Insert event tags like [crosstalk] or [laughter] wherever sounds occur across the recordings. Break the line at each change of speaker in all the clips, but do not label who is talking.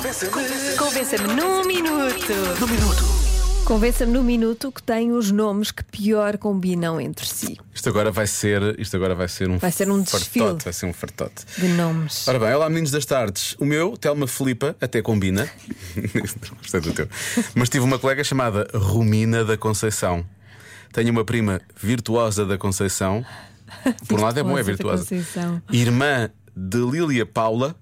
Convença-me.
Convença-me num minuto.
No minuto.
Convença-me num minuto que tem os nomes que pior combinam entre si.
Isto agora vai ser, isto agora vai ser um
Vai ser um desfile.
fartote, vai ser um fartote.
De nomes.
Ora bem, olá meninos das tardes. O meu, Telma Filipa, até combina. [laughs] Gostei do teu. Mas tive uma colega chamada Romina da Conceição. Tenho uma prima virtuosa da Conceição. Por um lado é bom, é
Virtuosa da
virtuosa.
Conceição.
Irmã de Lília Paula.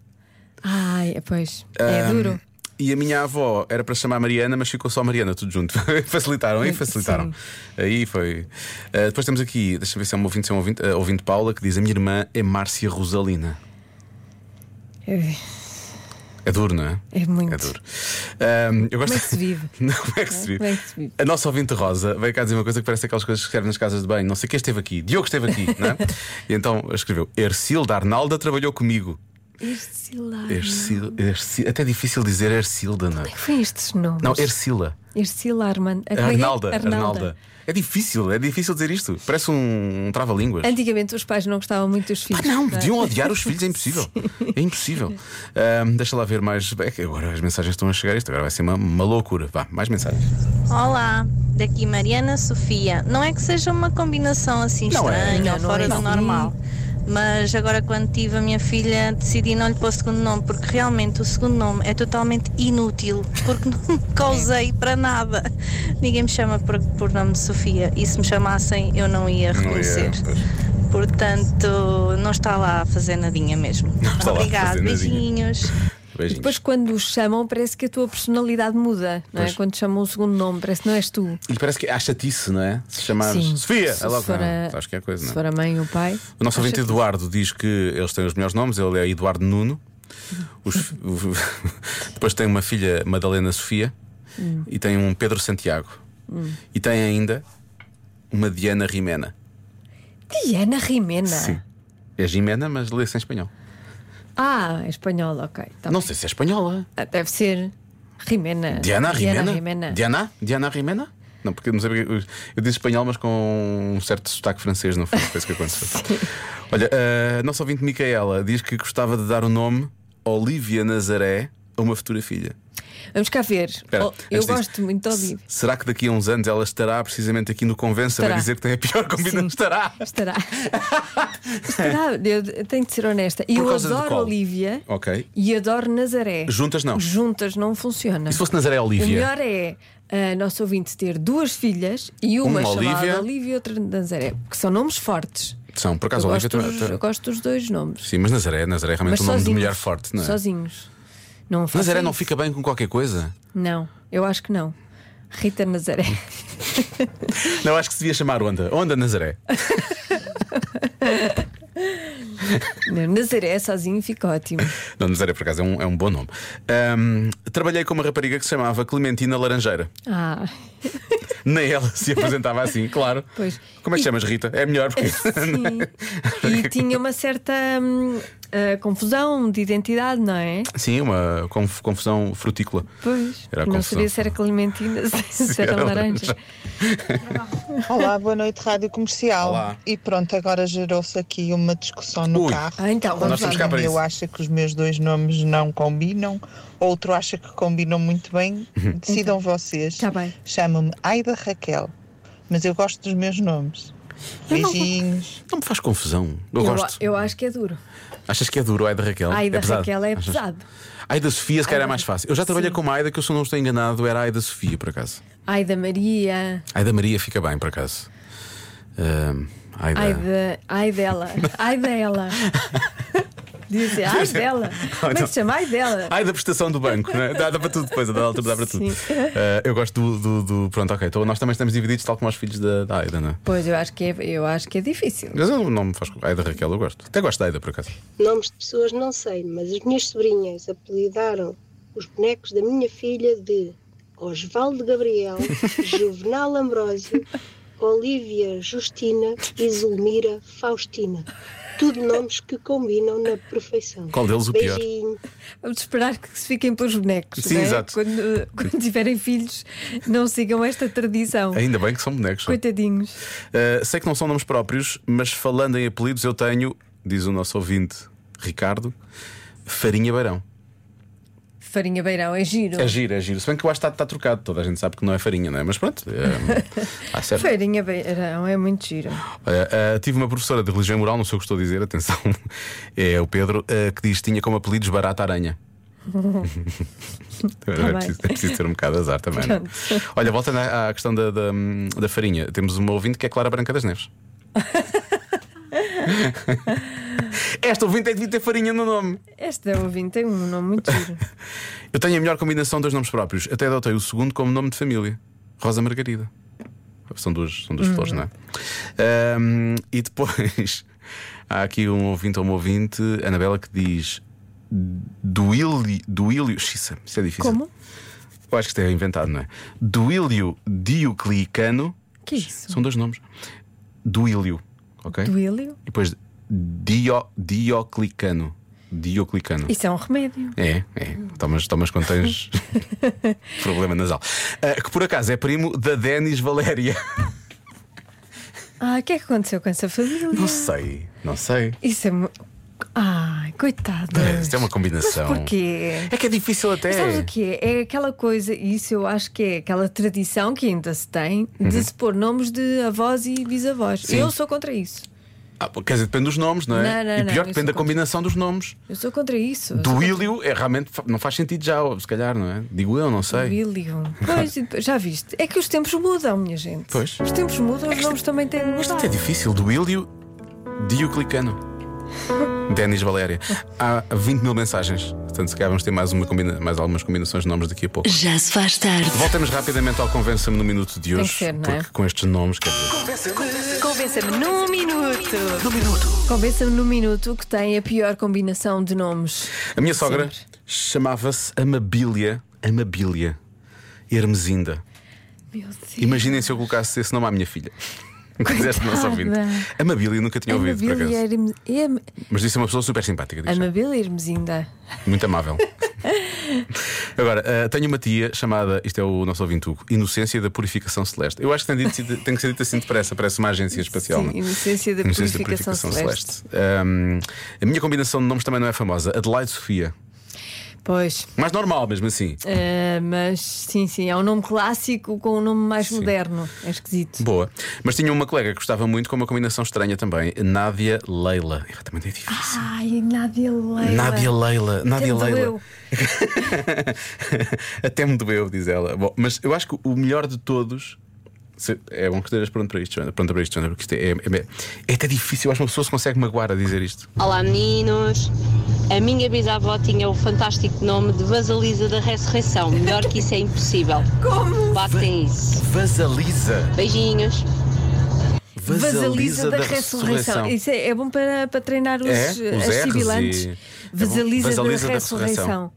Ai, pois. É duro.
E a minha avó era para chamar Mariana, mas ficou só Mariana, tudo junto. [laughs] facilitaram, aí facilitaram. Aí foi. Ah, depois temos aqui, deixa eu ver se é um ouvinte, se é um ouvinte, ah, ouvinte Paula, que diz: A minha irmã é Márcia Rosalina.
É,
É duro, não é?
é muito.
É duro. Ahm, eu gosto...
Como é que se vive?
[laughs] Não, como é que se vive?
Como é que se vive?
A nossa ouvinte Rosa veio cá dizer uma coisa que parece aquelas coisas que escrevem nas casas de banho. Não sei quem esteve aqui. Diogo esteve aqui, não
[laughs]
é? E então escreveu: Ercilda Arnalda trabalhou comigo.
Este lá.
É. Ercil, Ercil, até é difícil dizer Ercilda, não é?
Como é que foi estes nomes?
Não, Ercila.
Este lá, Armando. Ah, como é que é?
Arnalda, Arnalda. É difícil, é difícil dizer isto. Parece um, um trava-línguas. Ah,
Antigamente os pais não gostavam muito dos filhos.
Não,
é?
podiam odiar os filhos, é
[laughs]
impossível. É impossível. Ahm, deixa lá ver mais. É que agora as mensagens estão a chegar, isto agora vai ser uma, uma loucura. Vá, mais mensagens.
Olá, daqui Mariana Sofia. Não é que seja uma combinação assim
Não é.
estranha
Não,
ou
não
fora
é
do
assim.
normal, mas agora quando tive a minha filha decidi não lhe pôr o segundo nome porque realmente o segundo nome é totalmente inútil
[laughs]
porque
É.
nunca usei para nada. Ninguém me chama por, por nome de Sofia e se me chamassem eu não
Não ia,
ia reconhecer.
pois.
Portanto, não está lá a fazer nadinha mesmo.
está lá a
Obrigada,
fazer nadinha.
beijinhos.
E
Beijinhos.
depois, quando os chamam, parece que a tua personalidade muda, não é?
Pois.
Quando te chamam o segundo nome, parece que não és tu.
E parece que há chatice, não é? Se chamares
Sim.
Sofia,
Se
é logo
for
não,
a-
sabes que é coisa,
Se
não é?
for a mãe ou o pai.
O nosso
acho
ouvinte
que-
Eduardo diz que eles têm os melhores nomes, ele é Eduardo Nuno. Os- [laughs] Depois tem uma filha Madalena Sofia e tem um Pedro Santiago. E tem ainda uma Diana Rimena.
Diana Rimena.
É Jimena, mas lê-se em espanhol.
Ah, é espanhola, ok. Tá
Não
bem.
sei se é espanhola.
Ah, Deve ser Rimena. Diana
Diana Rimena?
Rimena.
Diana? Diana Rimena? Não, porque não sabia. Eu disse espanhol, mas com um certo sotaque francês, não foi? Foi isso
[laughs]
que aconteceu. Olha, a nossa ouvinte Micaela diz que gostava de dar o nome Olivia Nazaré a uma futura filha.
Vamos cá ver.
Espera,
Oh, eu
antes disso,
gosto muito de
se- [laughs]
ouvir.
Será que daqui a uns anos ela estará precisamente aqui no Convença a
Estará.
dizer que tem a pior combinação?
Sim.
Estará!
Estará. Estará. Eu tenho de ser honesta. Eu
Por causa de
adoro
qual?
Olivia
Ok.
e adoro Nazaré.
Juntas não.
Juntas não funciona.
E se fosse Nazaré
O
Olivia?
melhor é a nossa ouvinte ter duas filhas e uma,
Uma
chamada
Olivia.
Olivia. e outra Nazaré, que são nomes fortes.
São,
Eu
por acaso, Olivia.
gosto, dos,
tu- tu-
eu gosto dos dois nomes.
Sim, mas Nazaré, Nazaré é realmente
Mas
um nome de
sozinhos.
mulher forte, não é?
Sozinhos. Não façam
Nazaré não
isso.
fica bem com qualquer coisa?
Não, eu acho que não. Rita [laughs] Nazaré.
Não, acho que se devia chamar Onda. Onda Nazaré.
Não, Nazaré sozinho fica ótimo.
Não, Nazaré, por acaso, é um, é um bom nome. Ahm, trabalhei com uma rapariga que se chamava Clementina Laranjeira.
Ah,
Nem ela
[laughs]
se apresentava assim, claro.
Pois.
Como é que chamas, Rita? É melhor porque.
sim. E tinha uma certa hum, ah, confusão de identidade, não é?
[laughs] Sim, uma conf- confusão frutícola.
Pois.
Era a
não assim.
confusão.
sabia se era
[laughs]
Clementina, se, se era
era
laranja.
Olá, boa noite, Rádio Comercial.
Olá.
E pronto, agora gerou-se aqui uma discussão no
Ui.
carro.
Ah, então,
Um
vamos lá.
estamos cá para
eu
isso.
acho que os meus dois nomes não combinam, outro acha que combinam
[laughs]
muito bem. Decidam vocês.
Tá bem.
Chamo-me Aida Raquel, mas eu gosto dos meus nomes. Beijinhos.
Não me faz confusão. Eu,
Eu,
gosto.
eu acho que é duro.
Achas que é duro? Ai da Raquel?
Ai, da
é pesado.
Raquel é
Achas?
pesado.
Ai da Sofia, se calhar era
Ai da-
mais fácil. Eu já trabalhei
Sim.
com uma Aida que eu, se não estou enganado, era a Aida Sofia, por acaso.
Ai da Maria,
Ai da Maria fica bem, por acaso. Ahm, Aida.
ai, de, ai dela, ai
[laughs]
dela. Dizem, ai dela. Como é que se chama? Ai dela.
Ai, da prestação do banco, não é? dá, dá para tudo depois, a dada altura dá para tudo.
Sim.
Ah, eu gosto do, do- do- Pronto, ok. Então nós também estamos divididos, tal como os filhos da, da Aida, não é?
Pois eu acho que é, eu acho que é difícil.
Mas eu não me faz. Aida Raquel, eu gosto. Até gosto da Aida, por acaso.
Nomes de pessoas não sei, mas as minhas sobrinhas apelidaram os bonecos da minha filha de
[laughs]
Osvaldo Gabriel, Juvenal Ambrósio, Olívia Justina e Zulmira Faustina. Tudo nomes que combinam na perfeição.
Qual deles o pior?
Beijinho.
Vamos esperar que se fiquem pelos bonecos.
Sim,
não é?
exato.
Quando, quando tiverem filhos, não sigam esta tradição.
Ainda bem que são bonecos. não é?
Coitadinhos.
Ah, sei que não são nomes próprios, mas falando em apelidos, eu tenho, diz o nosso ouvinte Ricardo, Farinha Barão.
farinha beirão, é giro.
É giro, é giro. Se bem que eu acho que está, está trocado, toda a gente sabe que não é farinha, não é? Mas pronto, é, há certo.
Farinha beirão é muito giro.
Olha, eh, tive uma professora de religião moral, não sei o que estou a dizer, atenção, [laughs] é o Pedro, eh, que diz que tinha como apelidos Barata Aranha. Também é,
bem.
preciso, é preciso ter um bocado de azar também. não é? Olha, voltando à, à questão da, da, da farinha, temos uma ouvinte que é Clara Branca das Neves. [laughs] Esta ouvinte é que devia ter farinha no nome.
Esta ouvinte tem um nome muito
[laughs]
giro.
Eu tenho a melhor combinação dos nomes próprios. Até adotei o segundo como nome de família: Rosa Margarida. São duas, são duas flores,
Uhum.
não é? Ahm, e depois [laughs] há aqui um ouvinte ou uma ouvinte, Anabela, que diz Duílio. Duílio. Xiça, isso é difícil.
Como?
Eu acho que isto é inventado, não é? Duílio Dioclicano.
Que é isso?
São dois nomes. Duílio, ok?
Duílio?
E depois Dio, Dioclicano. Dioclicano.
Isso é um remédio.
É, é. Tomas, tomas quando tens problema nasal. Ah, que por acaso é primo da Denis Valéria.
Ah, o que é que aconteceu com essa família?
Não sei, não sei.
Isso é. mu- Ai, coitado.
Isto é uma combinação.
Mas porquê?
É que é difícil até.
Sabes o que é? É aquela coisa, e isso eu acho que é aquela tradição que ainda se tem de se pôr nomes de avós e bisavós.
Uhum. Sim.
Eu sou contra isso.
Ah, pô, quer dizer, depende dos nomes, não é?
Não, não,
e
não,
pior,
eu sou
depende da
contra.
combinação dos nomes.
Eu sou contra isso.
Do Duílio é realmente fa- não faz sentido já, ou se calhar, não é? Digo eu, não sei.
William. Pois, e depois- já viste? É que os tempos mudam, minha gente.
Pois.
Os tempos mudam, os nomes também têm de
Mas
mudar.
isto é difícil. Duílio Dioclicano. Denis Valéria. Há 20 mil mensagens. Portanto, se calhar vamos ter mais, uma combina... mais algumas combinações de nomes daqui a pouco.
Já se faz tarde.
Voltamos rapidamente ao Convença-me no Minuto de hoje.
que ser, não é?
Porque com estes nomes, quer dizer,
Convença-me num minuto. Num minuto. Convença-me num minuto que tem a pior combinação de nomes.
A minha sogra
Sempre.
chamava-se Amabilia. Amabilia. Hermesinda.
Meu Deus.
Imaginem se eu colocasse esse nome à minha filha. [laughs] Quisesse não
Coitada.
ouvinte. Amabilia nunca tinha ouvido, por
Amabilia
acaso.
Hermes- Herm-
Mas disse uma pessoa super simpática. diz.
Amabilia Hermesinda.
Muito amável. [laughs] Agora, eh, tenho uma tia chamada, isto é o nosso ouvinte Hugo, Inocência da Purificação Celeste. Eu acho que tem, dito- tem que ser dito assim depressa, parece uma agência espacial.
Sim,
não é?
Inocência da
Inocência
Purificação Celeste.
Ahm, a minha combinação de nomes também não é famosa. Adelaide Sofia.
Pois.
Mais normal mesmo assim.
eh, mas sim, sim, é um nome clássico com um nome mais moderno. É esquisito.
Boa. Mas tinha uma colega que gostava muito com uma combinação estranha também. Nádia Leila. Eu também é difícil.
Ai, Nádia Ah, Leila.
Nádia Leila.
Até
Nádia
me
Leila.
doeu.
[laughs] Até me doeu, diz ela. Bom, mas eu acho que o melhor de todos. se- é bom que estejas pronto para isto, Joana, pronta para isto, Joana, porque isto é, é, é- é até difícil. Eu acho que uma pessoa se consegue magoar a dizer isto.
Olá meninos, a minha bisavó tinha o fantástico nome de Vasalisa da Ressurreição. Melhor que isso é impossível.
Como?
Batem isso.
Vasaliza.
Beijinhos.
Vasaliza da, ressurreição. Isso é, é bom para, para treinar os, eh,
É,
as
os R's
sibilantes.
e- é bom.
Vasaliza,
Vasaliza
da,
da
ressurreição.
ressurreição.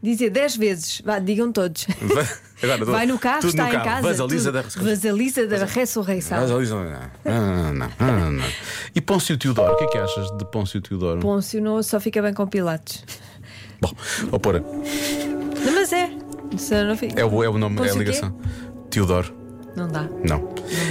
Dizer 10 vezes, vá, digam
[laughs]
todos.
Va- Agora,
Vai no carro,
tudo
está
no
em
carro.
casa.
Vasaliza
tudo.
da ressurreição.
Vasaliza da ressurreição.
Vasaliza. Não, não, não, não, não, não, não. E Pôncio Teodoro, o que é que achas de Pôncio Teodoro?
Pôncio não, só fica bem com Pilatos.
Bom, vou pôr.
Não, Mas é. Só não fica-
É o, é o nome, é a
Pôncio o quê?
ligação. Teodoro,
Não dá, não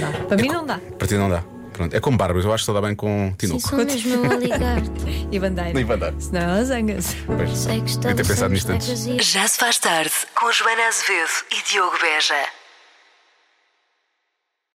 não.
dá. Para mim não dá.
Para ti não dá. Pronto. É como Bárbara, eu acho que só dá bem com
Sim,
Tinoco.
sou mesmo eu
[laughs]
a ligar.
E bandeira.
Nem vai dar.
Senão é ela zanga-se.
Pois.
Sei que
Devia ter pensado nisto
estabelecemos regras e-
Já se faz tarde com Joana Azevedo e Diogo Beja.